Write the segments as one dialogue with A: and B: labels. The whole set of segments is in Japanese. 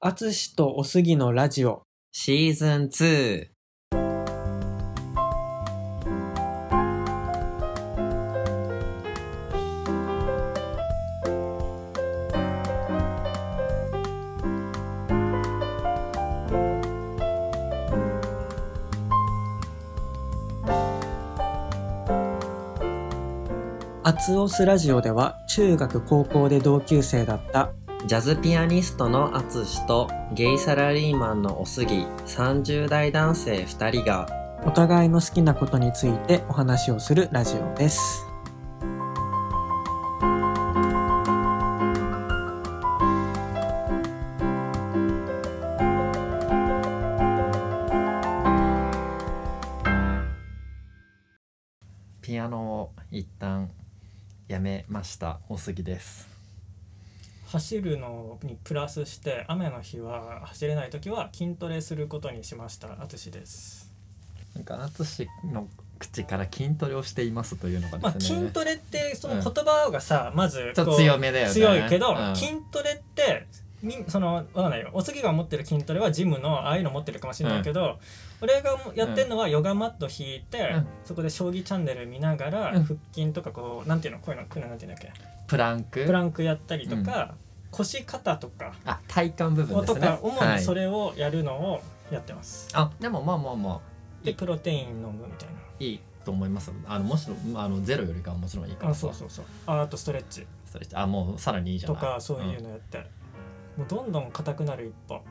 A: あつしとおすぎのラジオ
B: シーズン2。
A: あつおすラジオでは中学高校で同級生だった
B: ジャズピアニストのアツシとゲイサラリーマンのおすぎ30代男性2人が
A: お互いの好きなことについてお話をするラジオです
B: ピアノを一旦やめましたおすぎです
C: 走るのにプラスして雨の日は走れない時は筋トレすることにしましたあつしです、
B: なんかアツシの口から筋トレをしていますというのが
C: まあ、
B: ですね、
C: 筋トレってその
B: うん
C: 言葉がさ、まず
B: ちょっ
C: ことう
B: 強めだよね
C: 強いけど、
B: うん
C: 筋トレってみそのわかんないよおすぎが持ってる筋トレはジムのああいうの持ってるかもしれないけど、俺がやってるのはヨガマット引いて、
B: うん
C: そこで将棋チャンネル見ながら、
B: うん
C: 腹筋とかこうなんていうのこういうのこういうのなんていうんだっけ
B: プランク
C: プランクやったりとか、腰肩とか、
B: あ体幹部分です
C: と
B: ね
C: か主
B: は
C: に
B: い
C: それをやるのをやってます、
B: あでもまあまあま
C: でプロテイン飲むみたい
B: あいいと思いますあのむしろあのゼロよりかはもちろんいいか
C: な
B: ら
C: あそうそうそうああとストレッチ
B: それしてあもうさらにいいじゃ
C: と
B: ない
C: かそういうんのやって、もうどんどん硬くなる一歩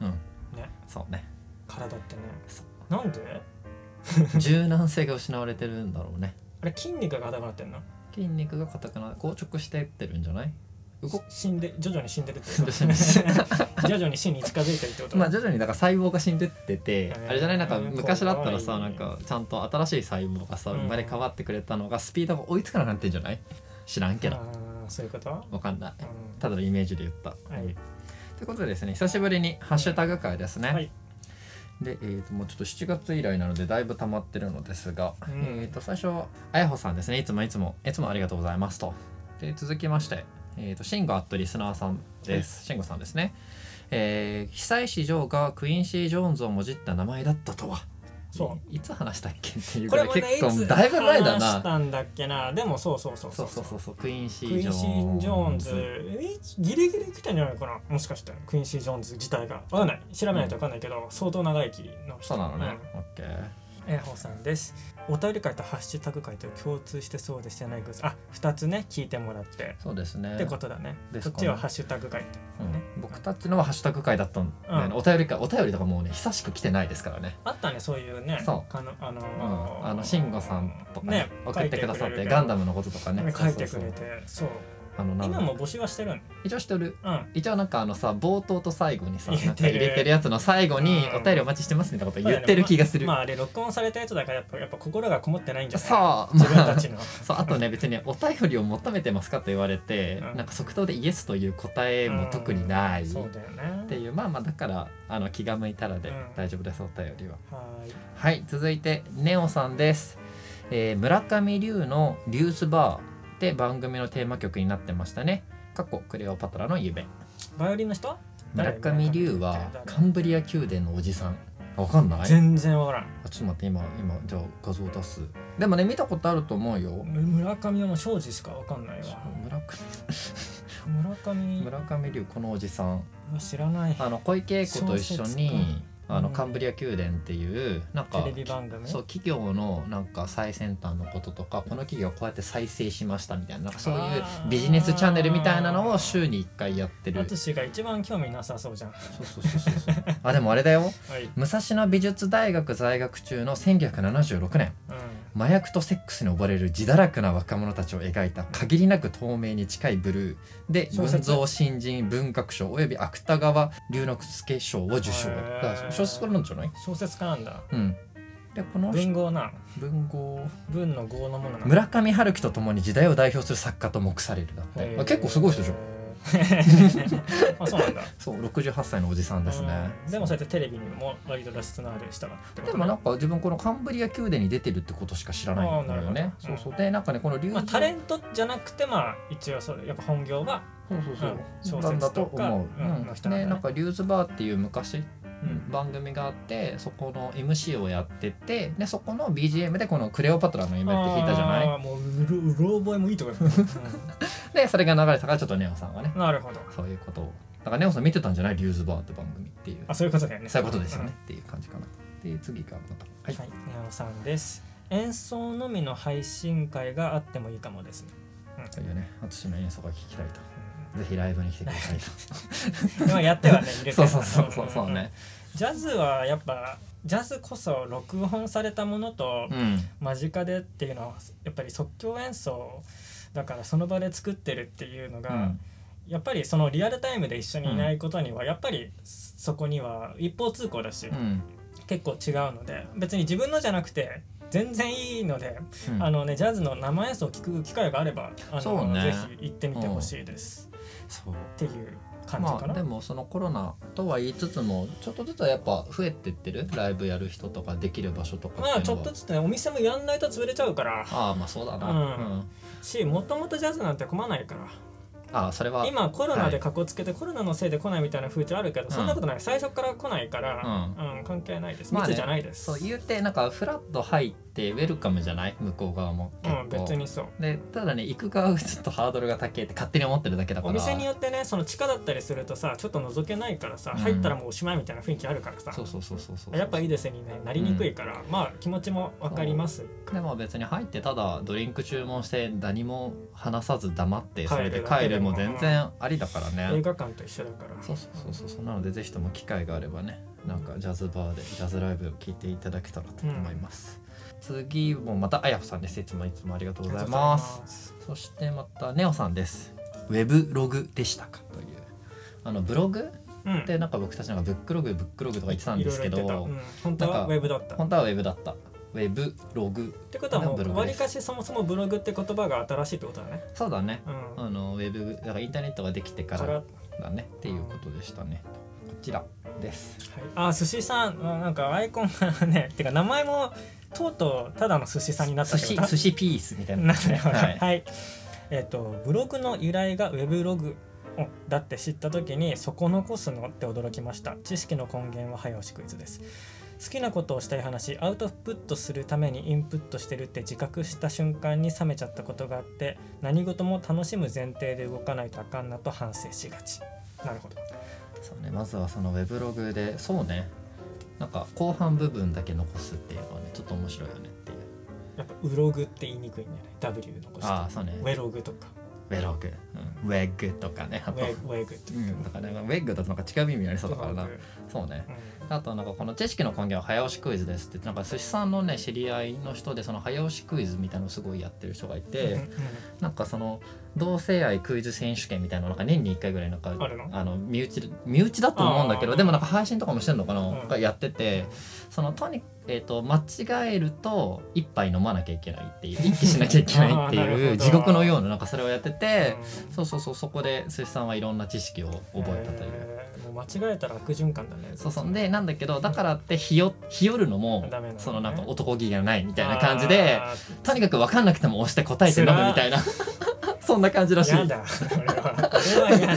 B: うん
C: ね
B: そうね
C: 体ってね
B: そう
C: なんで
B: 柔軟性が失われてるんだろうね
C: あれ筋肉が硬くなってんの
B: 筋肉が硬くな硬直してってるんじゃない動く
C: 死んで徐々に死んでるってこと
B: 徐々に死んで
C: 徐々に死に近づいてるってこと、
B: まあ徐々にだから細胞が死んでってて、
C: ー
B: あれじゃないなんか昔だったらさ
C: 怖
B: ないんかちゃんと新しい細胞がさ
C: うん
B: 生まれ変わってくれたのがスピードが追いつかなくなってんじゃない知らんけど、
C: あーそういうこと、うん
B: わかんないただのイメージで言った。
C: はい
B: うんということでですね久しぶりにハッシュタグ会ですね。
C: はい
B: で、えー、ともうちょっと7月以来なのでだいぶ溜まってるのですが、
C: うん
B: えー、と最初あやほさんですねいつもいつもいつもありがとうございますと。で続きまして、えー、とシンゴアットリスナーさんです。シンゴさんですね。えー、久石譲がクインシー・ジョーンズをもじった名前だったとは。
C: そう
B: いつ話したっけっていう
C: こ
B: ぐ
C: れ
B: らい
C: もね
B: 結構
C: いつ
B: だいぶ前だ
C: 話し
B: な。
C: たんだっけなでもそうそうそうそう
B: そ
C: う
B: そうそうそうクインシ
C: クイ
B: ー・
C: ン
B: ジ
C: シ
B: ョー
C: ー・
B: ンズ。
C: ジョーンズえギリギリ来たんじゃないかなもしかしてクインシー・ジョーンズ自体がわかんない調べないとわかんないけど、相当長生きの人
B: そうなのね。オッケー。
C: うんえほうさんですお便り会とハッシュタグ会と共通してそうでしてないグッズあ二つね聞いてもらって、
B: そうですね。
C: ってことだね
B: ですか
C: こ
B: ね
C: っちはハッシュタグ会とね
B: うん僕たちのはハッシュタグ会だったんだよね、
C: うん
B: お便り会お便りとかもうね久しく来てないですからね、
C: あったねそういうね
B: そう
C: かのあの
B: うん
C: ー
B: あの慎吾さんとかね送ってくださってガンダムのこととか
C: ム
B: ね
C: ね書いてく
B: そう
C: れ
B: そう
C: て
B: そ
C: そ
B: う
C: う
B: あのなんだ
C: 今も募集はしてるの
B: 一応してる
C: うん
B: 一応なんかあのさ冒頭と最後にさ
C: 入れてる
B: なんか入れてるやつの最後に
C: うん
B: お便りお待ちしてますみたいなこと言ってる気がする、
C: まああれ録音されたやつだからやっぱやっぱ心がこもってないんじゃない
B: そう
C: 自分
B: ま
C: た
B: あ
C: ちの
B: そうあとね別にお便りを求めてますかと言われて、
C: うん
B: なんか即答でイエスという答えも特にない、
C: そうだよ
B: っ
C: ね
B: ていうまあまあだからあの気が向いたらで
C: うん
B: 大丈夫です、お便りは
C: はーい
B: はい続いてネオさんです、えー村上龍の「リュースバー」で番組のテーマ曲になってましたね過去クレオパトラの夢
C: バイオリンの人
B: 村
C: 誰
B: 上龍はカンブリア宮殿のおじさんあわかんない
C: 全然わからん
B: あちょっと待って今今じゃあ画像出すでもね見たことあると思うよ
C: 村上はもう庄司しかわかんないわ
B: 村
C: 村
B: 上
C: 上
B: 村上龍このおじさん
C: は知らない
B: あの小池栄子と一緒
C: 小説
B: にあの
C: うん
B: カンブリア宮殿っていうなんか
C: テレビ番組
B: そう企業のなんか最先端のこととかこの企業こうやって再生しましたみたいななんかそうい
C: あ
B: う
C: ー
B: ビジネスチャンネルみたいなのを週に1回やってるそう
C: 淳が一番興味なさそうじゃん
B: そうそうそうそう あでもあれだよ
C: はい、うん、
B: 武蔵野美術大学在学中の1976年麻薬とセックスに溺れる自堕落な若者たちを描いた限りなく透明に近いブルーで
C: 小
B: 群
C: 説
B: 像新人文学賞および芥川龍之介賞を受賞
C: へ
B: だ
C: ー
B: から小説家なんじゃない
C: 小説家なんだ
B: うんでこの
C: 文
B: 人
C: 豪な
B: 文豪
C: 文の豪のものなんだ
B: 村上春樹とともに時代を代表する作家と目されるだって、
C: へー
B: あ結構すごい人でしょ
C: へ あそうなん だ
B: そう68歳のおじさんですね、
C: うんでもそうやってテレビにも割と出しつながりしたらってこと
B: でもなんか自分このカンブリア宮殿に出てるってことしか知らないんだ
C: あ。ー
B: よねそ
C: なるほど
B: うそうでなんかねこの竜
C: まあ、
B: 神
C: タレントじゃなくてまあ一応そうやっぱ本業は、
B: そうそうそう、
C: うん小
B: なんだ
C: 説
B: と
C: とか
B: 思う。
C: うん
B: うん
C: の人なんだ
B: で
C: ね
B: なんかリューズバーっていう昔
C: うん
B: 番組があってそこの MC をやっててでそこの BGM でこの「クレオパトラの夢」って聞いたじゃない
C: あーもううろうろ覚えもいいところ、 う
B: でそれが流れたからちょっとネオさんがね
C: んなるほど
B: そういうことをだからネオさん見てたんじゃないリューズバーって番組っていう
C: あそういうことだよね
B: そういうことですよね、っていう感じかなで次がまた
C: は、
B: はいい、
C: はい、ネオさんです演奏のみの配信会があってもいいかも ですね、
B: というね私の演奏が聞きたいとぜひライブに来てください と
C: うんまあやってはね入れて
B: そうそうそうそうそう
C: うんうんうん
B: ね
C: ジャズはやっぱジャズこそ録音されたものと
B: うん
C: 間近でっていうのはやっぱり即興演奏だからその場で作ってるっていうのが、
B: うん
C: やっぱりそのリアルタイムで一緒にいないことにはやっぱりそこには一方通行だし、
B: うん
C: 結構違うので別に自分のじゃなくて全然いいので、
B: うん
C: あのねジャズの生演奏を聴く機会があればあ
B: そ
C: の、
B: うね
C: ぜひ行ってみてほしいです、
B: そう
C: っていう感じ
B: ま
C: か
B: あ
C: な、
B: でもそのコロナとは言いつつもちょっとずつはやっぱ増えてってるライブやる人とかできる場所とかっていうの
C: ま
B: は
C: あちょっとずつねお店もやんないと潰れちゃうから
B: ああまあそうだな、
C: うん
B: うん
C: しもともとジャズなんて混まないから
B: ああそれは
C: 今コロナでかこつけて、コロナのせいで来ないみたいな風潮あるけど、
B: うん
C: そんなことない最初から来ないから、うん関係ないです
B: まあね
C: 密じゃないです、
B: そう言うてなんかフラッと入ってウェルカムじゃない向こう側も結構、
C: うん別にそう
B: でただね行く側がちょっとハードルが高いって勝手に思ってるだけだから
C: お店によってねその地下だったりするとさちょっと覗けないからさ、
B: うん
C: 入ったらもうおしまいみたいな雰囲気あるからさ
B: そうそうそうそうそう
C: やっぱいいですねなりにくいから、まあ気持ちも分かります
B: でも別に入ってただドリンク注文して何も話さず黙ってそれで
C: 帰るだ
B: 帰
C: けで
B: る
C: も
B: も全然ありだから
C: 映
B: ね
C: 画館と一緒だから
B: そうそうそうそうそうなのでぜひとも機会があればねなんかジャズバーでジャズライブを聴いていただけたらと思います、次もまたあやほさんですいつもいつもありがとうございます
C: す
B: そしてまたネオさんですウェブログでしたかというあのブログ
C: うん
B: ってなんか僕たちなんかブックログブックログとか言ってたんですけど
C: いろいろ言ってたうん本当
B: な
C: は
B: ん
C: ウ
B: か
C: ェブだったっ
B: 本当はウェブだったウェブログ
C: てことはも
B: ブロ
C: う
B: グ
C: わ
B: で
C: り
B: す
C: かしそもそもブログって言葉が新しいってことだね
B: そうだね
C: うん
B: あのウェブだからインターネットができてか
C: それは
B: らだねっていうことでしたねこちらです
C: はい、あ寿司さんあなんかアイコンがねてか名前もとうとうただの寿司さんになった
B: 寿
C: け
B: 司
C: ど
B: 寿司ピースみたい
C: な
B: なね
C: んだよ
B: は
C: はい、
B: い
C: えっ、とブログの由来がウェブログをだって知った時に「そこ残すの?」って驚きました知識の根源は早押しクイズです好きなことをしたい話アウトプットするためにインプットしてるって自覚した瞬間に冷めちゃったことがあって何事も楽しむ前提で動かないとあかんなと反省しがちなるほど
B: そうねまずはそのウェブログでそうねなんか後半部分だけ残すっていうのはねちょっと面白いよねっていう
C: やっぱウログって言いにくいんじゃない W 残して
B: ああそうね
C: ウェログとか
B: ウェログ、うんウェッグとかねあ
C: ウ
B: と
C: ェウェグとか、
B: うん、だからなんかウェッグだとなんか違う意味になりそうだからな
C: ウェグ
B: そうね
C: うん
B: あとなんかこの知識の根源は早押しクイズですってなんか寿司さんのね知り合いの人でその早押しクイズみたいなのをすごいやってる人がいて、
C: うんうん
B: なんかその同性愛クイズ選手権みたいなのなんか年に1回ぐらいなんか
C: あるの
B: 身内身内だと思うんだけ
C: あ
B: ど
C: ー
B: でもなんか配信とかもしてるのかな、
C: うん
B: がやっててそのとにえー、と間違えると一杯飲まなきゃいけないっていう一気しなきゃいけないって
C: あーなる
B: い
C: ほ
B: う
C: ど
B: 地獄のようななんかそれをやってて、
C: うん
B: そうそうそうそこで鈴木さんはいろんな知識を覚えたという。
C: えーもう間違えたら悪循環だね
B: そうそうでなんだけどだからってひよひよるのも
C: ダメなのね
B: そのなんか男気がないみたいな感じで
C: あ
B: とにかく分かんなくても押して答えて飲むみたいな そんな感じらし
C: ー
B: い
C: やだこれはこれはやだ、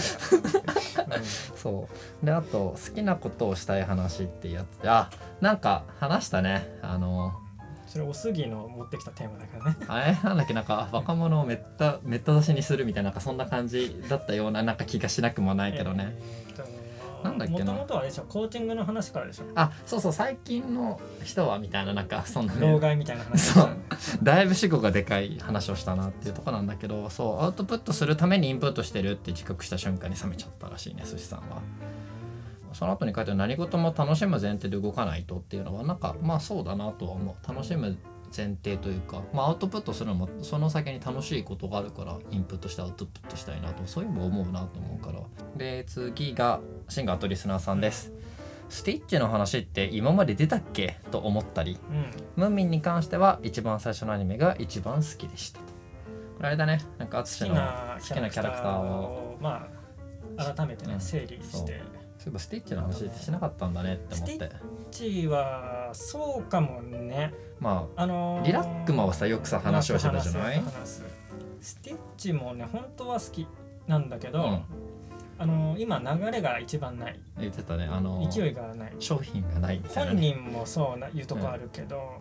B: そうであと好きなことをしたい話っていうやつあなんか話したねあの
C: うんそれおすぎの持ってきたテーマだからね
B: あれなんだっけなんか若者をめっためった出しにするみたいななんかそんな感じだったようななんか気がしなくもないけどね、
C: えーっとね
B: なんだっけな
C: もともとはあれでしょコーチングの話からでしょ
B: あそうそう最近の人はみたいななんかそんな
C: 老
B: ね
C: 害みたいな話
B: そう だいぶ死後がでかい話をしたなっていうとこなんだけどそうアウトプットするためにインプットしてるって自覚した瞬間に冷めちゃったらしいね寿司さんは。その後に書いてある何事も楽しむ前提で動かないとっていうのはなんかまあそうだなとは思う楽しむ前提というか、まあ、アウトプットするのもその先に楽しいことがあるからインプットしてアウトプットしたいなとそういうのも思うなと思うからで次がシンガーとリスナーさんですスティッチの話って今まで出たっけと思ったり
C: うん
B: ムーミンに関しては一番最初のアニメが一番好きでしたこれあれだねなん
C: 好
B: か淳
C: き
B: の
C: な
B: 好きなキャラクターを
C: まあ改めてね、
B: うん
C: 整理して
B: そういえばスティッチの話ってしなかったんだねって思っ
C: ステ
B: て
C: チはそうかもね
B: ま
C: あのー
B: リラックマはさよくさ話をしてたじゃない
C: 話す話すスティッチもね本当は好きなんだけど、
B: うん
C: あのー今流れが一番ない
B: あ言ってたねあの
C: 勢いがない
B: 商品がないみたいな
C: 本
B: ね、
C: 人もそうないうとこあるけど、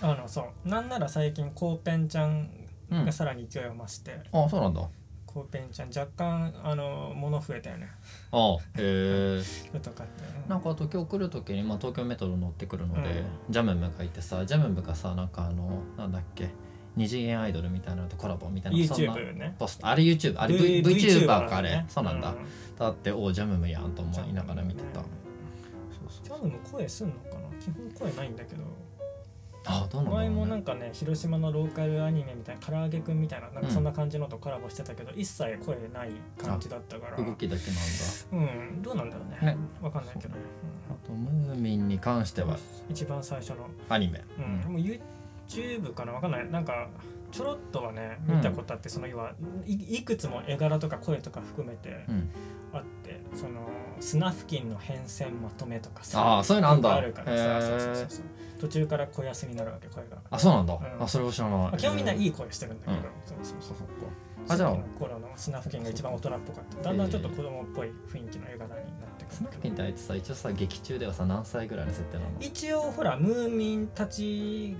C: あのそうなんなら最近コーペンちゃん
B: うん
C: がさらに勢いを増して、
B: あそうなんだあ
C: コーペンちゃん若干あの物増えたよね
B: あへえ
C: とかってね
B: なんかあと今日来る時に、まあ、東京メトロ乗ってくるので、
C: うん
B: ジャムムがいてさジャムムがさなんかあのなんだっけ二次元アイドルみたいなのとコラボみたいなそんな
C: YouTube ね
B: ポストあれ YouTube あれ v
C: V-
B: VTuber
C: だね
B: かあれそうなんだ、
C: う
B: だっておうジャムムやんと思いながら見て
C: ジ
B: た、
C: ャム
B: そうそう
C: ジャムも声すんのかな基本声ないんだけど
B: あどうなんだろう
C: 前
B: ね
C: もなんかね広島のローカルアニメみたいな唐揚げくんみたいななんかそんな感じのとコラボしてたけど、一切声ない感じだったから
B: 動きだけなんだ
C: うんどうなんだろうね
B: ね
C: わかんないけど、
B: あとムーミンに関しては
C: うん一番最初の
B: アニメ、
C: うん、もう YouTube かなわかんないなんかちょろっとはね見たことあって、その要はいいくつも絵柄とか声とか含めて
B: うん
C: あって、その砂付近の変遷まとめとかさ
B: ああそういうのあんだ
C: あるからさ、
B: へー
C: そうそうそうそう途中から小安になるわけ声が、
B: あそうなんだ、
C: うん
B: あそれを知らない、
C: まあ、基本みんない
B: い
C: い声してるんだけど、
B: うん
C: そうそうそ
B: そうっかあじゃあ
C: さっきの頃の砂付近が一番大人っぽかっただんだんちょっと子供っぽい雰囲気の絵柄になってく
B: ス
C: るんだ
B: ナフ
C: け
B: キ
C: ど
B: ンってあいつさ一応さ劇中ではさ何歳ぐらいの設定なの
C: 一応ほらムーミンたち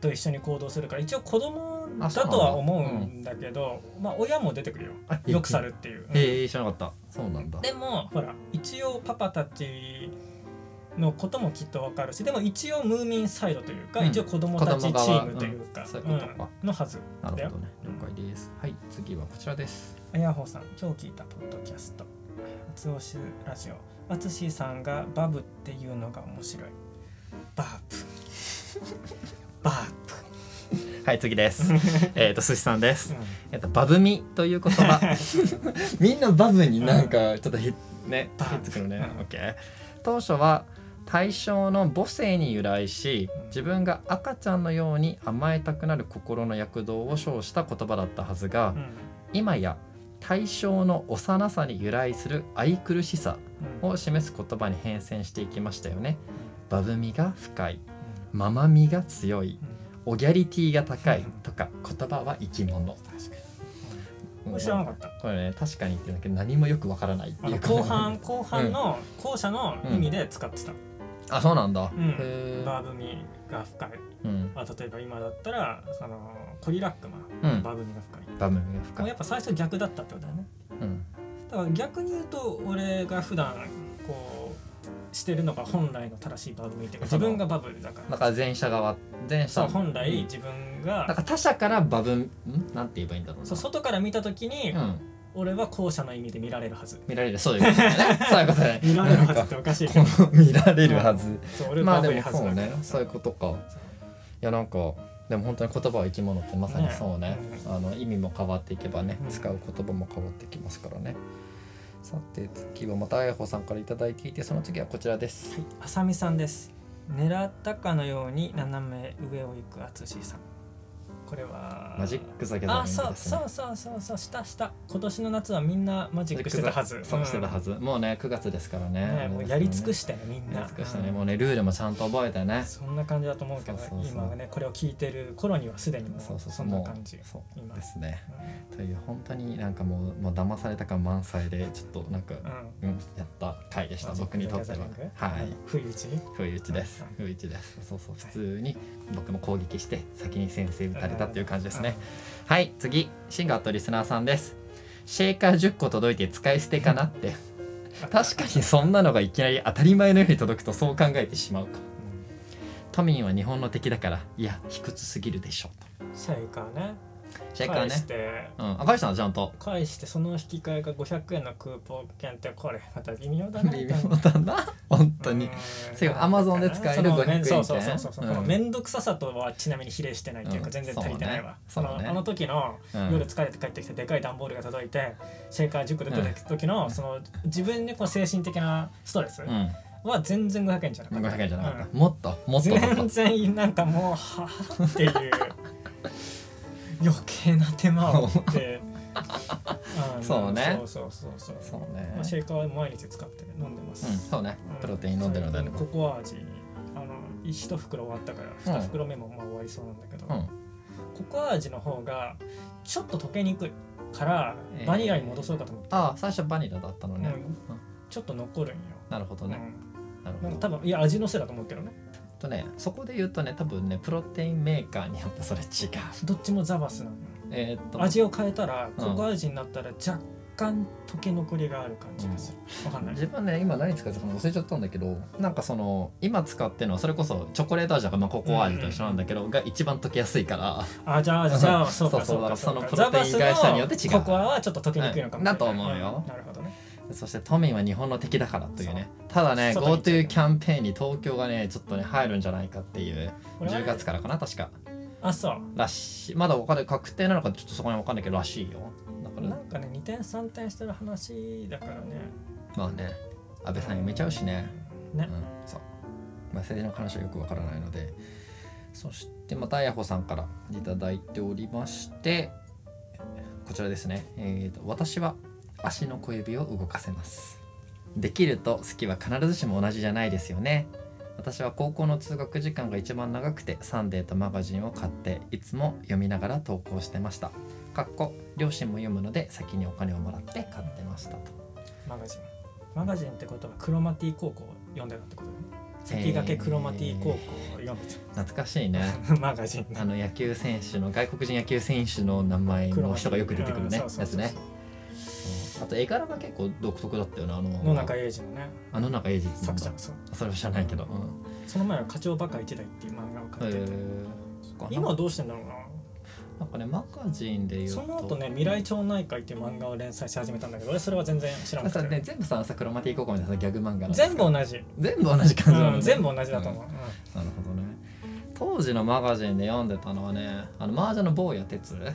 C: と一緒に行動するから一応子供だとは思うんだけどまあ親も出てくるよ
B: あ
C: よくされっていう、
B: ええ知らなかったそうなんだ
C: でもほら一応パパたちのこともきっとわかるしでも一応ムーミンサイドというか、
B: うん
C: 一応子供たちチームというか
B: 子、供側うんそういうことか
C: うんのはず
B: なるほどね了解ですはい次はこちらです
C: あやほさん今日聞いたポッドキャスト「あつおしラジオ」あつしさんがバブっていうのが面白いバープ バープ
B: はい次です えっと寿司さんですえっと、バブミという言葉 みんなバブになんかちょっとひ、ね
C: バブ
B: ひっつくのね、
C: うん
B: オッケー当初は対象の母性に由来し自分が赤ちゃんのように甘えたくなる心の躍動を称した言葉だったはずが、
C: うん
B: 今や対象の幼さに由来する愛くるしさ
C: うん
B: を示す言葉に変遷していきましたよね。バブみが深いママみが強いオギャリティが高いとか言葉は生き物。
C: 確か
B: うん
C: に知らなかった
B: これね確かに言ってるんだけど何もよくわからないって
C: あ
B: い
C: の
B: う
C: 後半後半の後者の意味で使ってた、
B: あそうなんだ、
C: うん
B: へえ
C: バーブミが深い、
B: うん
C: まあ、例えば今だったらそのコリラックマン、
B: うん
C: バーブミが深い
B: バブミが
C: も
B: 深
C: うや
B: い
C: っぱ最初逆だったってことだよね
B: うん
C: だから逆に言うと俺が普段こうしてるのが本来の正しいバブミっていうか
B: そ
C: 自
B: う
C: 分
B: だ
C: がバブルだから
B: だから前者側前
C: そ
B: 者
C: う本来
B: うん
C: 自分
B: なん
C: が
B: か他者からバブんなんて言えばいいんだろうな
C: そう外から見た時に、
B: うん
C: 俺は後者の意味で見られるはず
B: 見られるそういうことだ ねそういうことね
C: 見られるはず
B: な
C: っ
B: ん
C: て
B: か
C: おかしいけ
B: こ
C: ど
B: の見られるはず
C: そう俺
B: ま
C: は
B: あ
C: バブ
B: で
C: ル
B: も
C: はず
B: そう
C: だから
B: ねそういうことかいやなんかでも本当に言葉は生き物ってまさにそうね
C: ね
B: あの意味も変わっていけばね、
C: うん
B: 使う言葉も変わってきますからねさて次はまたあやほさんから頂いていてその次はこちらです
C: はい、あさみさんです。狙ったかのように斜め上を行くあつしさん。これは。
B: マジックザギャザリ
C: あ、
B: ングです、ね
C: そ、う、そう、そう、そう、そう、した、した。今年の夏はみんなマジックしてたはず。
B: そうしてたは
C: ず。
B: ず、もうね9月ですからね
C: ね、もうやり尽く
B: し
C: したよ、みんな。
B: やり尽くしたね
C: うん
B: もうねルールもちゃんと覚えてね
C: そんな感じだと思うけど
B: そうそうそう
C: 今はねこれを聞いてる頃にはすでにもう
B: そうそうそ
C: そ
B: うん
C: な
B: もう
C: 感じ
B: そう
C: 今
B: ですね
C: う
B: という本当になんかもうもう騙された感満載でちょっとなんか、
C: んうん
B: うん、やった回でした
C: マジッ
B: 僕
C: ク
B: に
C: ギ
B: と
C: ャ
B: っ
C: ザ
B: ては
C: リング
B: はい、
C: うん不意打ち
B: 不意打ちです
C: はい
B: 不意打ちですそうそう普通に僕も攻撃して先に先制打たれたっていう感じですねはい次シンガーとリスナーさんですシェーカー10個届いて使い捨てかな って確かにそんなのがいきなり当たり前のように届くとそう考えてしまうか都民は日本の敵だからいや卑屈すぎるでしょ
C: うんシャイカーね
B: とシェーカー
C: 返し
B: ね
C: て
B: うん赤石さんちゃんと
C: 返してその引き換えが500円のクーポン券ってこれまた微妙だな
B: 微妙だな本当にそういう Amazon で使える
C: その
B: 500円券
C: そうそうそうそうそう
B: うん
C: この面倒くささとはちなみに比例してないという
B: う
C: か
B: ん
C: 全然足りてないわ
B: そ
C: そう
B: ねそう
C: の
B: ね
C: あの時の
B: うん
C: 夜疲れて帰ってきてでかい段ボールが届いてシェイカー10個で届いた時のその自分にこう精神的なストレス
B: うん
C: は全然500円じゃなかった
B: 500円じゃなかっ
C: う
B: たもっともっとだった
C: ん全然なんか もうはぁっていう余計な手間をってあの
B: そうね
C: そうそうそうそう
B: そう
C: まあ、シ
B: ね
C: ェイカーは毎日使って飲んでます、
B: うんそうね
C: うん
B: プロテイン飲んでるのであれ
C: 最
B: ば
C: 近ココア味あの一袋終わったから
B: うん
C: 二袋目もまあ終わりそうなんだけど、
B: うん
C: ココア味の方がちょっと溶けにくいから
B: えー
C: バニラに戻そうかと思って、
B: ああ最初バニラだったのね、
C: うん
B: うん
C: ちょっと残るんよ、
B: なるほどね、なる
C: うん、な
B: ほ
C: ん
B: ど
C: か多分いや味のせいだと思うけどね
B: えっとねそこで言うとね多分ねプロテインメーカーによってそれ違う
C: どっちもザバスなのよ
B: えーっと
C: 味を変えたら
B: うん
C: ココア味になったら若干溶け残りがある感じがする、わかんない
B: 自分ね今何使ってたか忘れちゃったんだけどなんかその今使ってるのはそれこそチョコレート味とか、まあ、ココア味と一緒なんだけど、が一番溶けやすいから
C: あじゃあじゃあそうか
B: そう
C: そ
B: そう
C: うかそうか
B: そのプロテイン会社によって違う
C: ザバスのココアはちょっと溶けにくいのかもしれない、
B: うんだと思うよ
C: んなるほどね
B: そして都民は日本の敵だからというねただね
C: 外に行っちゃう
B: GoTo キャンペーンに東京がねちょっとね入るんじゃないかっていう
C: これは
B: 10月からかな確から
C: あそう
B: らしいまだお金確定なのかちょっとそこに分かんないけどらしいよだから
C: なんかね二点三点してる話だからね
B: まあね安倍さん辞めちゃうしね
C: ね
B: うん、そう。まあ、政治の話はよくわからないので。そして、また、やほさんからいただいておりまして、こちらですね。えーと、私は足の小指を動かせます。できると好きは必ずしも同じじゃないですよね。私は高校の通学時間が一番長くてサンデーとマガジンを買っていつも読みながら投稿してました。かっこ両親も読むので先にお金をもらって買ってましたと。
C: マガジンマガジンってことはクロマティ高校を読んでたってことだね先駆けクロマティ高校を読んで
B: 懐かしいね。
C: た マガジン
B: あの野球選手の外国人野球選手の名前の人がよく出てくるね
C: うんそ
B: や
C: う
B: つ
C: そうそう
B: ねあと絵柄が結構独特だったよなあの
C: 野中英二のね
B: あ野中英二
C: 作者がそう
B: それは知らないけど、うん
C: その前は「課長バカ一代」っていう漫画を書い
B: え
C: てて
B: ーそっか
C: 今はどうしてんだろうな
B: なんかねマガジンで言うと
C: その後ね「未来町内会」っていう漫画を連載し始めたんだけど俺それは全然知ら
B: なん
C: な
B: か
C: く
B: ね
C: て
B: 全部ささクロマティ高校みたいなギャグ漫画なんですけ
C: 全
B: ど
C: 部同じ
B: 全部同じ感じなの、
C: う
B: ね
C: ん全部同じだと思うう
B: なるほどね当時のマガジンで読んでたのはねあの麻雀の坊や哲
C: んや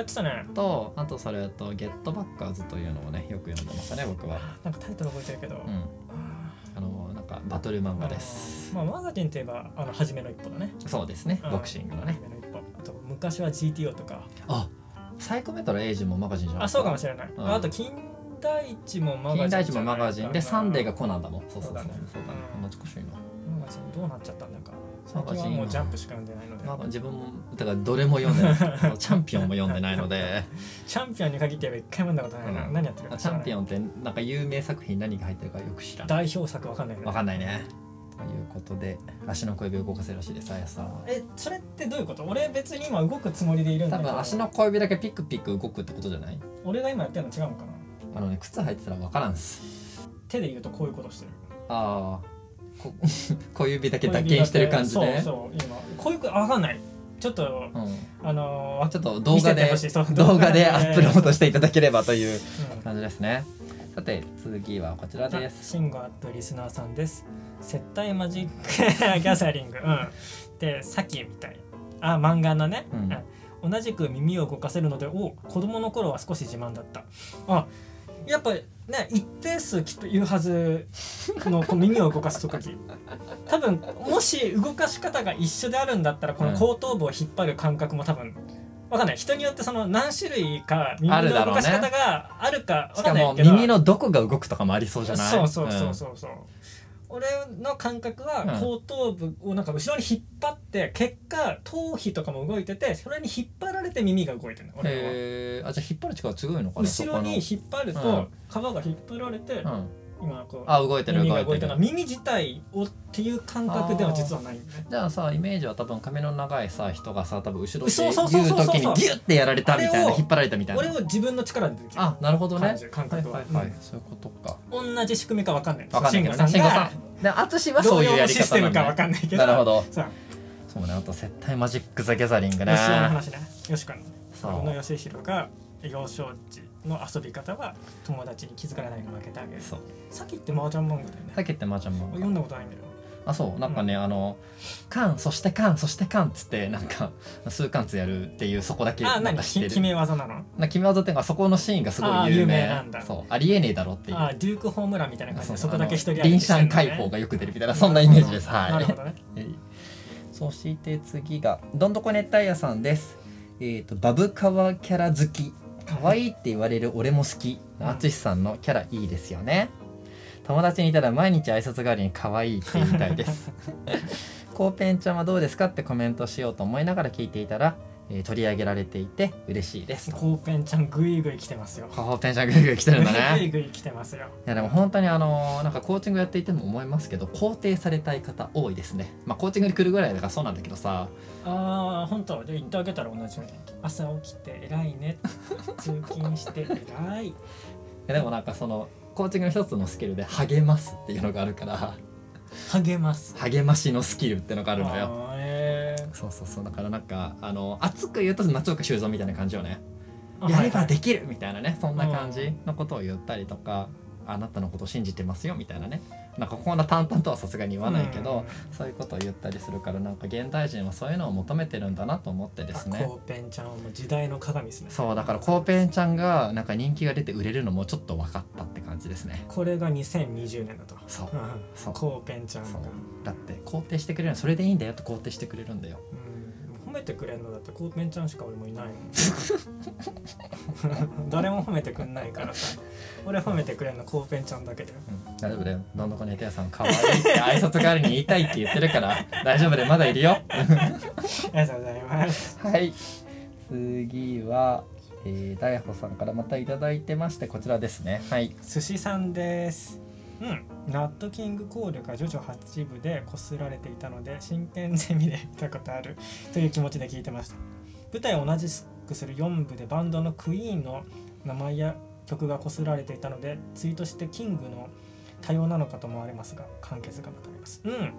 C: ってたね
B: とあとそれとゲットバッカーズというのをねよく読んでましたね僕は
C: なんかタイトル覚えてるけど
B: うん
C: あ
B: あのなんかバトル漫
C: ー
B: 画です。
C: まあマガジンといえばあの初めの一歩だね
B: そうですね、
C: うん
B: ボクシングのね
C: 初。めの一歩あと昔は GTO とか
B: あ、サイコメトロエイジもマガジンじゃない
C: あそうかもしれない
B: うん
C: あと金田一もマガジン
B: 金田一
C: じゃ
B: も
C: ない
B: マガジンでサンデーが
C: マ
B: コナンだもん。そうそうそう。
C: そうだね
B: そうだね。
C: うん
B: 懐かしいな。
C: ガジンどうなっちゃったんだか
B: マ
C: 最近
B: ガジン
C: はもうジャンプしか読んでないので
B: まあ自分もだからどれも読んでない。 そうチャンピオンも読んでないので、
C: チャンピオンに限って言えば一回も読んだことないな
B: うん
C: 何やってるか知
B: チ
C: ら
B: ャ
C: な
B: ンピ
C: い
B: オンってなんか有名作品何が入ってるかよく知らない。
C: 代表作わかんないよね
B: わかんないね。ということで足の小指を動かせるらしいです。あやさんは。
C: えそれってどういうこと俺別に今動くつもりでいるんだ
B: 多
C: けど
B: 分足の小指だけピクピク動くってことじゃない？
C: 俺が今やってるの違うのかな
B: あのね靴履いてたらわからんっす。
C: 手で言うとこういうことしてる
B: ああこ 小指だけ脱臼してる感じ
C: そ
B: で
C: うそう今こういうこあわかんないちょっと
B: うん
C: あのー
B: ちょっと動画
C: 見せて
B: で
C: ほしいそう
B: 動画 で
C: 動
B: ア
C: 画で
B: ップロードしていただければという
C: うん
B: 感じですねさて次はこちらです
C: シンガーとリスナーさんです。接待マジックギャザリング。うん、で、さっきみたい。あ、漫画のね。
B: うん
C: うん同じく耳を動かせるので、お子供の頃は少し自慢だった。あやっぱね、一定数きっと言うはずのこう耳を動かす時多分もし動かし方が一緒であるんだったらこの後頭部を引っ張る感覚も多分わかんない人によってその何種類か耳
B: あ
C: の
B: るだろ
C: 動
B: うね
C: かし方があるかわ
B: し
C: か
B: か
C: んない
B: も
C: けど
B: 耳のどこが動くとかもありそうじゃない
C: そうそうそ
B: ん
C: うそうそう、俺の感覚は
B: うん
C: 後頭部をなんか後ろに引っ張って結果頭皮とかも動いててそれに引っ張られて耳が動いてるの俺は
B: へえあじゃあ引っ張る力強いのかな
C: 後ろに
B: そ
C: 引っ張る
B: うん
C: と皮が引っ張られて
B: このうん
C: 今こう
B: あ動いてる
C: 耳
B: 動
C: が
B: い
C: 動
B: て
C: いて
B: る
C: るのは耳自体をっていう感覚では実はないんだね
B: じゃあさイメージは多分髪の長いさ人がさ多分後ろで
C: そうそう
B: ギ
C: そ
B: ュ
C: うそう
B: ー
C: そう
B: 時にギュッてやられたみたい
C: あ
B: な
C: れを
B: 引っ張られたみたい
C: 俺
B: な
C: を自分の力でできる
B: あなるほどね
C: 感じ感
B: はい
C: 覚は
B: はいはい
C: うん
B: そういうことか
C: 同じ仕組みかわかんない
B: わかんないけどね
C: 慎
B: 慎
C: 吾
B: 吾
C: さ
B: さ
C: ん
B: んで淳
C: が
B: は
C: ど
B: そうういう
C: い
B: や
C: う
B: り
C: システ
B: 方
C: ム
B: なん
C: かわ
B: だ
C: かんないけど
B: なるほど
C: さあ
B: そうねあと絶対マジック・ザ・ギャザリングね
C: 吉尾の話ねよしかの
B: そ
C: 小野
B: う
C: 義弘が幼少時の遊び方は友達に気づかれないように負けてあげる
B: そう
C: さっきって麻雀漫画だよね
B: さっきってマーちゃん
C: 読ん
B: も
C: だことないんだよ
B: あそうなんかね、あの「カンそしてカンそしてカン」っつってなんか数カンツやるっていうそこだけ
C: あ
B: なん
C: 何
B: か知って
C: 決
B: る
C: め技なの
B: な決め技っていうかそこのシーンがすご
C: あー
B: い有名
C: 有名なんだ
B: そうありえねえだろっていう
C: あデュークホームランみたいな感じ
B: う
C: でそこだけ一人
B: あの
C: 歩
B: リン
C: きし
B: シ
C: て
B: ャ
C: るの
B: ン
C: ね
B: 解放がよく出るみたいなそんなイメージですはい
C: なるほどね
B: えいそして次がどんどこ熱帯夜さんです。えっ、とバブカワキャラ好き。可愛いって言われる俺も好きの淳さんのキャラいいですよね友達にいたら毎日挨拶代わりに可愛いって言いたいですコウペンちゃんはどうですかってコメントしようと思いながら聞いていたら、えー取り上げられていて嬉しいですと
C: コーペンちゃんグイグイ来てますよ
B: コウペンちゃんグイグイ来てるんだね
C: グイグイ来てますよ
B: いやでも本当にあのなんかコーチングやっていても思いますけど肯定されたい方多いですねまあコーチングに来るぐらいだからそうなんだけどさ
C: ああ本当で言ってあげたら同じように朝起きて偉いね通勤して偉い
B: いやでもなんかそのコーチングの一つのスキルで励ますっていうのがあるから
C: 励ます
B: 励ましのスキルってのがあるのよ
C: あーえ
B: そうそうそうだからなんかあの熱く言うと松岡修造みたいな感じよね
C: ーあ
B: やれば
C: はい
B: できるみたいなねそんな感じのことを言ったりとかあなたのことを信じてますよみたいなねなんかこんな淡々とはさすがに言わないけど、そういうことを言ったりするからなんか現代人はそういうのを求めてるんだなと思ってです
C: はい
B: ね
C: コーペンちゃんはもう時代の鏡ですね
B: そうだからコーペンちゃんがなんか人気が出て売れるのもちょっと分かったって感じですね
C: これが2020年だと
B: そう
C: うん
B: そう
C: コーペンちゃんが
B: そうだって肯定してくれるのそれでいいんだよと肯定してくれるんだよ
C: うん褒めてくれるのだってコーペンちゃんしか俺もいない もん誰も褒めてくんないからさ俺褒めてくれるのコーペンちゃんだけだよ
B: うん大丈夫だよどんどこネタ屋さん可愛いって挨拶代わりに言いたいって言ってる から大丈夫でまだいるよ
C: ありがとうございます
B: はい次は、えー、大穂さんからまたいただいてましてこちらですねはい
C: 寿司さんですうん、ナットキングコールがジョジョ8部でこすられていたので真剣ゼミで見たことあるという気持ちで聞いてました舞台を同じくする4部でバンドのクイーンの名前や曲がこすられていたのでツイートしてキングの多様なのかと思われますが完結がまたありますうん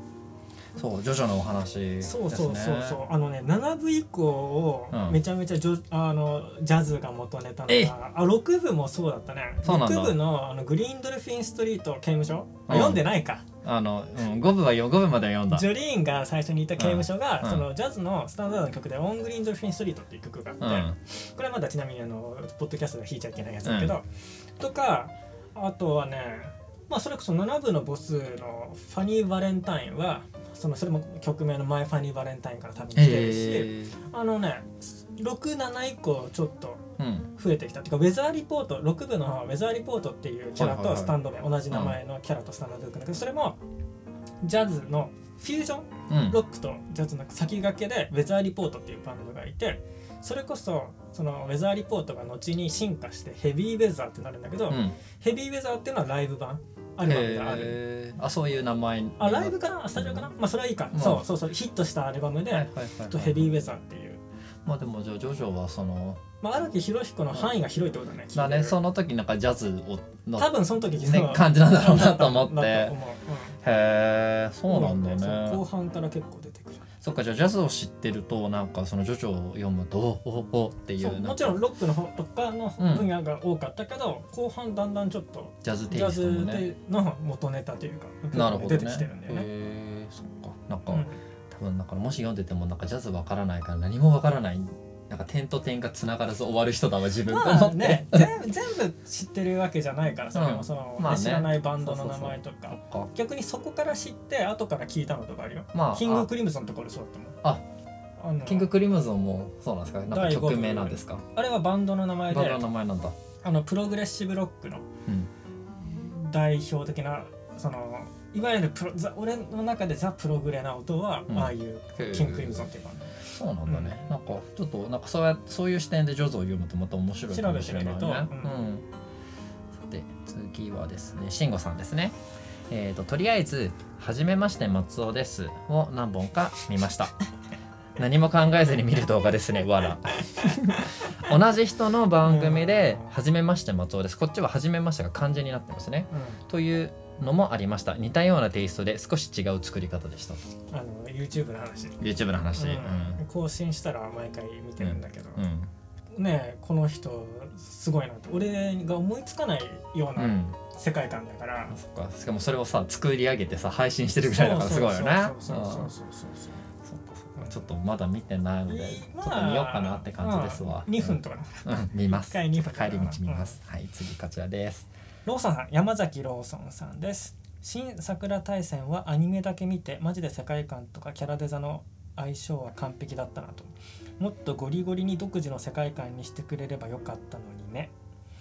B: そうジョジョのお話です、
C: そ
B: ね、
C: うそうそうそう、あのね7部以降を
B: うん
C: めちゃめちゃジョ、あのジャズが元ネタ
B: え
C: のがあ6部もそうだったね
B: そうなんだ
C: 6部のあのグリーンドルフィンストリート刑務所、あ
B: うん
C: 読んでないか
B: あの、うん、5部はよ5部までは読んだ
C: ジョリーンが最初にいた刑務所が、
B: うん
C: そのジャズのスタンダードの曲で「オン・グリーンドルフィンストリート」っていう曲があって、
B: うん
C: これはまだちなみにあのポッドキャストで弾いちゃいけないやつだけど、とかあとはねまあそれこそ7部のボスの「ファニー・バレンタインは」そのそれも曲名の「マイ・ファニー・バレンタイン」から多分来てるし、
B: え
C: あのね67以降ちょっと
B: ー、うん
C: 増えてきたっていうかウェザーリポート6部のウェザーリポートっていうキャラ
B: はいは
C: と
B: いはい
C: スタンド名、同じ名前のキャラとスタンド名だったんだけどそれもジャズのフュージョン
B: うん
C: ロックとジャズの先駆けでウェザーリポートっていうバンドがいてそれこそそのウェザーリポートが後に進化してヘビーウェザーってなるんだけど、
B: うん
C: ヘビーウェザーっていうのはライブ版アルバムがある。
B: へーあそういう名前
C: あライブかなスタジオかなまあそれはいいか、
B: うん
C: そうそうそうヒットしたアルバムで、
B: はいはいはいはい
C: とヘビーウェザーっていう
B: まあでもじゃあジョジョはその
C: まあ、荒木宏彦の範囲が広いってことだね。聞いてる
B: だねその時なんかジャズをの
C: 多分その時
B: ね感じなんだろう な と思って
C: だと思う
B: へえ
C: うん
B: そうなんだね
C: そう後半から結構出てくる。
B: そっかじゃあジャズを知ってるとなんかそのジョジョを読むとおおおってい
C: そうう
B: なんか
C: もちろんロックの方とかの分野が多かったけど、後半だんだんちょっと
B: ジャズテイ
C: ジャ
B: ストも
C: ズ
B: ね
C: での元ネタというか、
B: なるほど
C: 出
B: ね
C: てきてるんだよね。
B: へえそっかなんか、
C: うん
B: 多分だからもし読んでてもなんかジャズわからないから何もわからないなんか点と点がつながらず終わる人だわ自分と
C: ま
B: 思
C: あ
B: って、
C: ね、全部全部知ってるわけじゃないからそれ
B: う
C: も
B: ん
C: その、
B: まあね
C: 知らないバンドの名前とか
B: そっか
C: 逆にそこから知って後から聞いたのとかあるよ
B: まあ
C: キングクリムゾンとか俺そうだったもん
B: あ
C: あの
B: あキングクリムゾンもそうなんですかなんか曲名なんですか
C: あれはバンドの名前
B: バンドの
C: で
B: 名前なんだ
C: あのプログレッシブロックの
B: うん
C: 代表的なそのいわゆるプロザ俺の中でザ・プログレな音は、
B: うん
C: ああいうキング・クリムゾンっていうバン
B: そうなんだね、なんかちょっとなんかそうやそういう視点でジョズを読むとまた面白いかもしれないね
C: 調べてみる
B: う
C: と
B: ん
C: うん
B: さて次はですね慎吾さんですねえー、ととりあえず「はじめまして松尾です」を何本か見ました 何も考えずに見る動画ですねわら同じ人の番組で「はじめまして松尾です」こっちは「はじめまして」が漢字になってますね
C: ド、
B: というのもありました似たようなテイストで少し違う作り方でした
C: うん、あの YouTube の話、
B: YouTube の話
C: うん更新したら毎回見てるんだけど、
B: うん、うん
C: ねえこの人すごいなって俺が思いつかないよう
B: う
C: なん世界観だから、
B: そっかしかもそれをさ作り上げてさ配信してるぐらいだからすごいよね
C: そうそうそう
B: うん
C: そうそうそう
B: そっかそっかちょっとまだ見てないので
C: いい
B: ちょっと見ようかなって感じですわ
C: うん2分とかな
B: うん見ま
C: 一
B: す帰
C: 回
B: り
C: 二
B: 道
C: 分かな
B: 見ますはい次こちらです
C: ローソンさん山崎ローソンさんです新桜大戦はアニメだけ見てマジで世界観とかキャラデザの相性は完璧だったなともっとゴリゴリに独自の世界観にしてくれればよかったのにね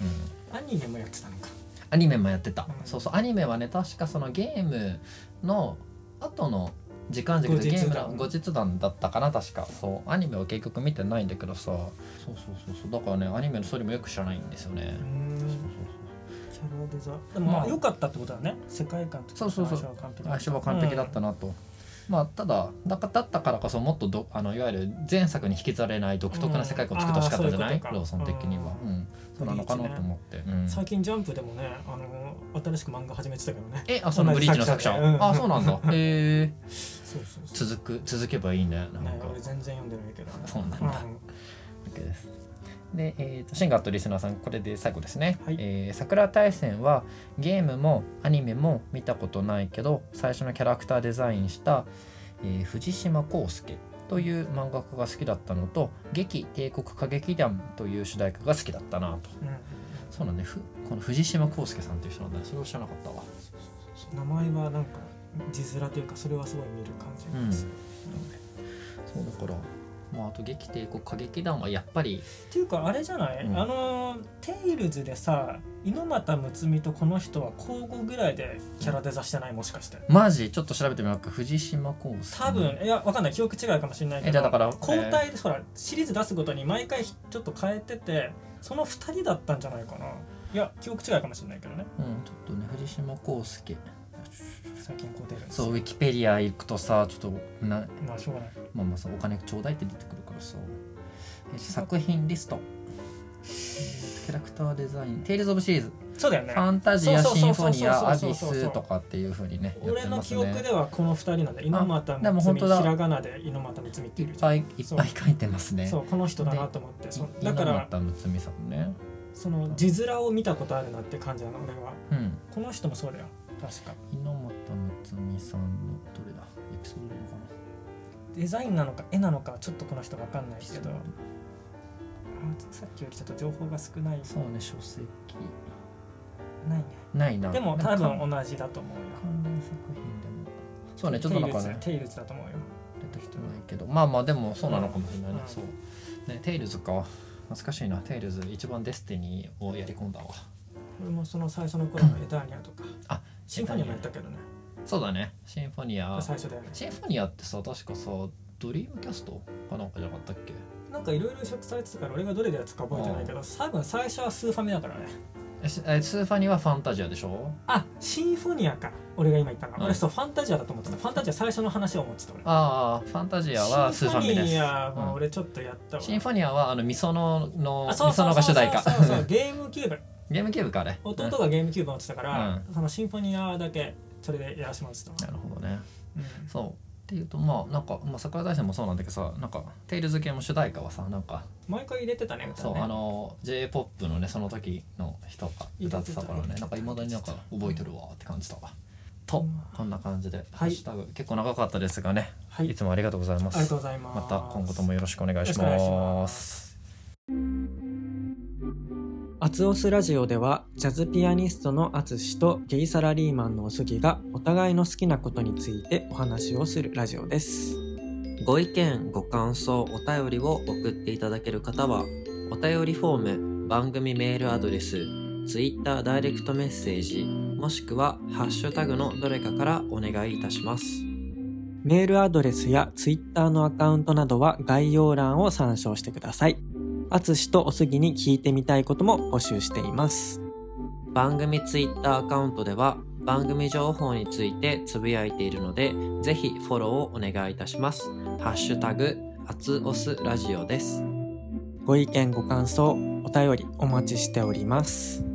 B: うん
C: アニメもやってたのか
B: アニメもやってた、
C: うん
B: そうそうアニメはね確かそのゲームの後の時間軸
C: 後
B: で
C: 日
B: ゲ
C: 談
B: ームの後日談だったかな確かそうアニメは結局見てないんだけどさそうそうそうそうだからねアニメのストーリーもよく知らないんですよね、そう
C: キャラデザで
B: まあ
C: も良かったってことだね世界観と
B: そうそうそう
C: 相性は完璧
B: 相性は完璧だったなと、まあただだかだったからこそもっとどあのいわゆる前作に引きずられない独特な世界観を作ってほしかったじゃな
C: う
B: い,、
C: んあーそういうことか
B: ローソン的には、
C: う
B: うんそうなのかなと思って、うん
C: 最近ジャンプでもねあの新しく漫画始めてたけどね
B: えあそのブリーチの作者
C: 同じ作者でうん
B: あそうなんだへえ
C: そうそうそう
B: 続く続けばいいねなんか、
C: ね俺全然読んでないけど
B: そうなんだ、
C: うん
B: OK ですで、えー、とシンガーとリスナーさんこれで最後ですね、
C: はい
B: えー桜大戦はゲームもアニメも見たことないけど最初のキャラクターデザインした、えー藤島康介という漫画家が好きだったのと「劇帝国歌劇団」という主題歌が好きだったなと
C: うん
B: そうなんねふこの藤島康介さんという人なんだねそれを知らなかったわ
C: 名前はなんか字面というかそれはすごい見る感じがする、
B: そうだからまああと「劇帝国歌劇団」はやっぱり
C: っていうかあれじゃない、
B: うん
C: あのテイルズでさ猪俣睦美とこの人は交互ぐらいでキャラデザしてないもしかして
B: マジちょっと調べてみようか藤島康介
C: 多分、いやわかんない記憶違いかもしれないけど
B: えじゃあだから
C: 交代で、ほらシリーズ出すごとに毎回ちょっと変えててその2人だったんじゃないかないや記憶違いかもしれないけどね
B: うん、ちょっとね藤島康介
C: 最近こう出るんです
B: そうウィキペディア行くとさちょっとな
C: まあしょうがない
B: まあまあさお金ちょうだいって出てくるからさえー作品リストえーキャラクターデザイン「テイルズ・オブ・シリーズ」
C: そうだよ
B: 「フ
C: ね
B: ァンタジア」「
C: そう
B: シ
C: そう
B: ン
C: そ
B: フ
C: うそう
B: ォニア」「ア
C: そ
B: ビ
C: うそうそうそう
B: ス」とかっていうふうにねやっ
C: 俺
B: て
C: の
B: ます
C: 記憶
B: ね
C: ではこの2人なんだ猪俣
B: でも本
C: 睦
B: 当
C: 美
B: だ
C: ひらがなで猪俣睦美って
B: い
C: いる
B: っ
C: じゃん
B: ぱいいっぱい書いてますね
C: そうこの人だなと思ってそう
B: い
C: だか
B: 今
C: ら
B: なった睦美さんね
C: その字面を見たことあるなって感じなの俺は
B: うん
C: この人もそうだよ確か
B: 猪俣睦美さんのどれだエピソードいいのかな
C: デザインなのか絵なのかちょっとこの人わかんない
B: エピ
C: け
B: ソー
C: ど
B: ド
C: あーさっきよりちょっと情報が少ない
B: そうね書籍
C: ないね
B: ないな
C: でも
B: な
C: 多
B: んか
C: 分同じだと思うよ
B: 関連作品でもそうねちょっとなんかね
C: テイルズテイルズだと思うよ
B: 出てきてないけどまあまあでもそうなのかもしれないね、
C: うん
B: そうねテイルズか懐かしいなテイルズ一番デスティニーをやり込んだわ
C: 俺もその最初の頃のエターニアとか
B: あ
C: シンフォニアもやったけどね
B: そうだねシンフォニア
C: 最初だよね
B: シンフォニアってさ確かさドリームキャストかなんかじゃなかったっけ
C: なんかいろいろ移植されてたから俺がどれでやつか覚えてないけど多分最初はスーファミだからね
B: えしえスーファニはファンタジアでしょ
C: あシンフォニアか俺が今言ったの、
B: うん
C: 俺そうファンタジアだと思ってたファンタジア最初の話を思ってた俺
B: ああファンタジアはスーファミです
C: シンフォニアは
B: うん
C: 俺ちょっとやったわ、
B: シンフォニアはあのミソノの
C: あそ
B: ミ
C: うそ
B: ソ
C: う
B: ノが主題歌
C: そうそうそうゲームキューブ
B: ゲームキューブかあれ
C: 弟
B: うん
C: がゲームキューブ持ってたから、
B: う
C: そのシンフォニアだけそれでやらせてもらってたわ、
B: なるほどね
C: うん
B: そうっていうとまあなんか、まあ、桜大戦もそうなんだけどさなんかテイルズ系も主題歌はさなんか
C: 毎回入れてたね歌ね
B: そうあの j p o p のねその時の人が歌ってたからねなんかいまだになんか覚えてるわって感じたわ。とこんな感じで、ハッシュタグ結構長かったですがね、
C: はい
B: い、つもありがとうございま
C: ありが
B: す
C: とうございます
B: また今後ともよろしくお願いし
C: よろ
B: ま。
C: しくお願いします
A: アツオスラジオではジャズピアニストのアツシとゲイサラリーマンのおすぎがお互いの好きなことについてお話をするラジオです
D: ご意見、ご感想、お便りを送っていただける方は、お便りフォーム、番組メールアドレス、Twitter ダイレクトメッセージ、もしくは、ハッシュタグのどれかからお願いいたします。
A: メールアドレスやツイッターのアカウントなどは概要欄を参照してくださいアツシとおすぎに聞いてみたいことも募集しています
D: 番組 Twitter アカウントでは、番組情報についてつぶやいているので、ぜひフォローをお願いいたします。ハッシュタグ、アツオスラジオです。
A: ご意見ご感想お便りお待ちしております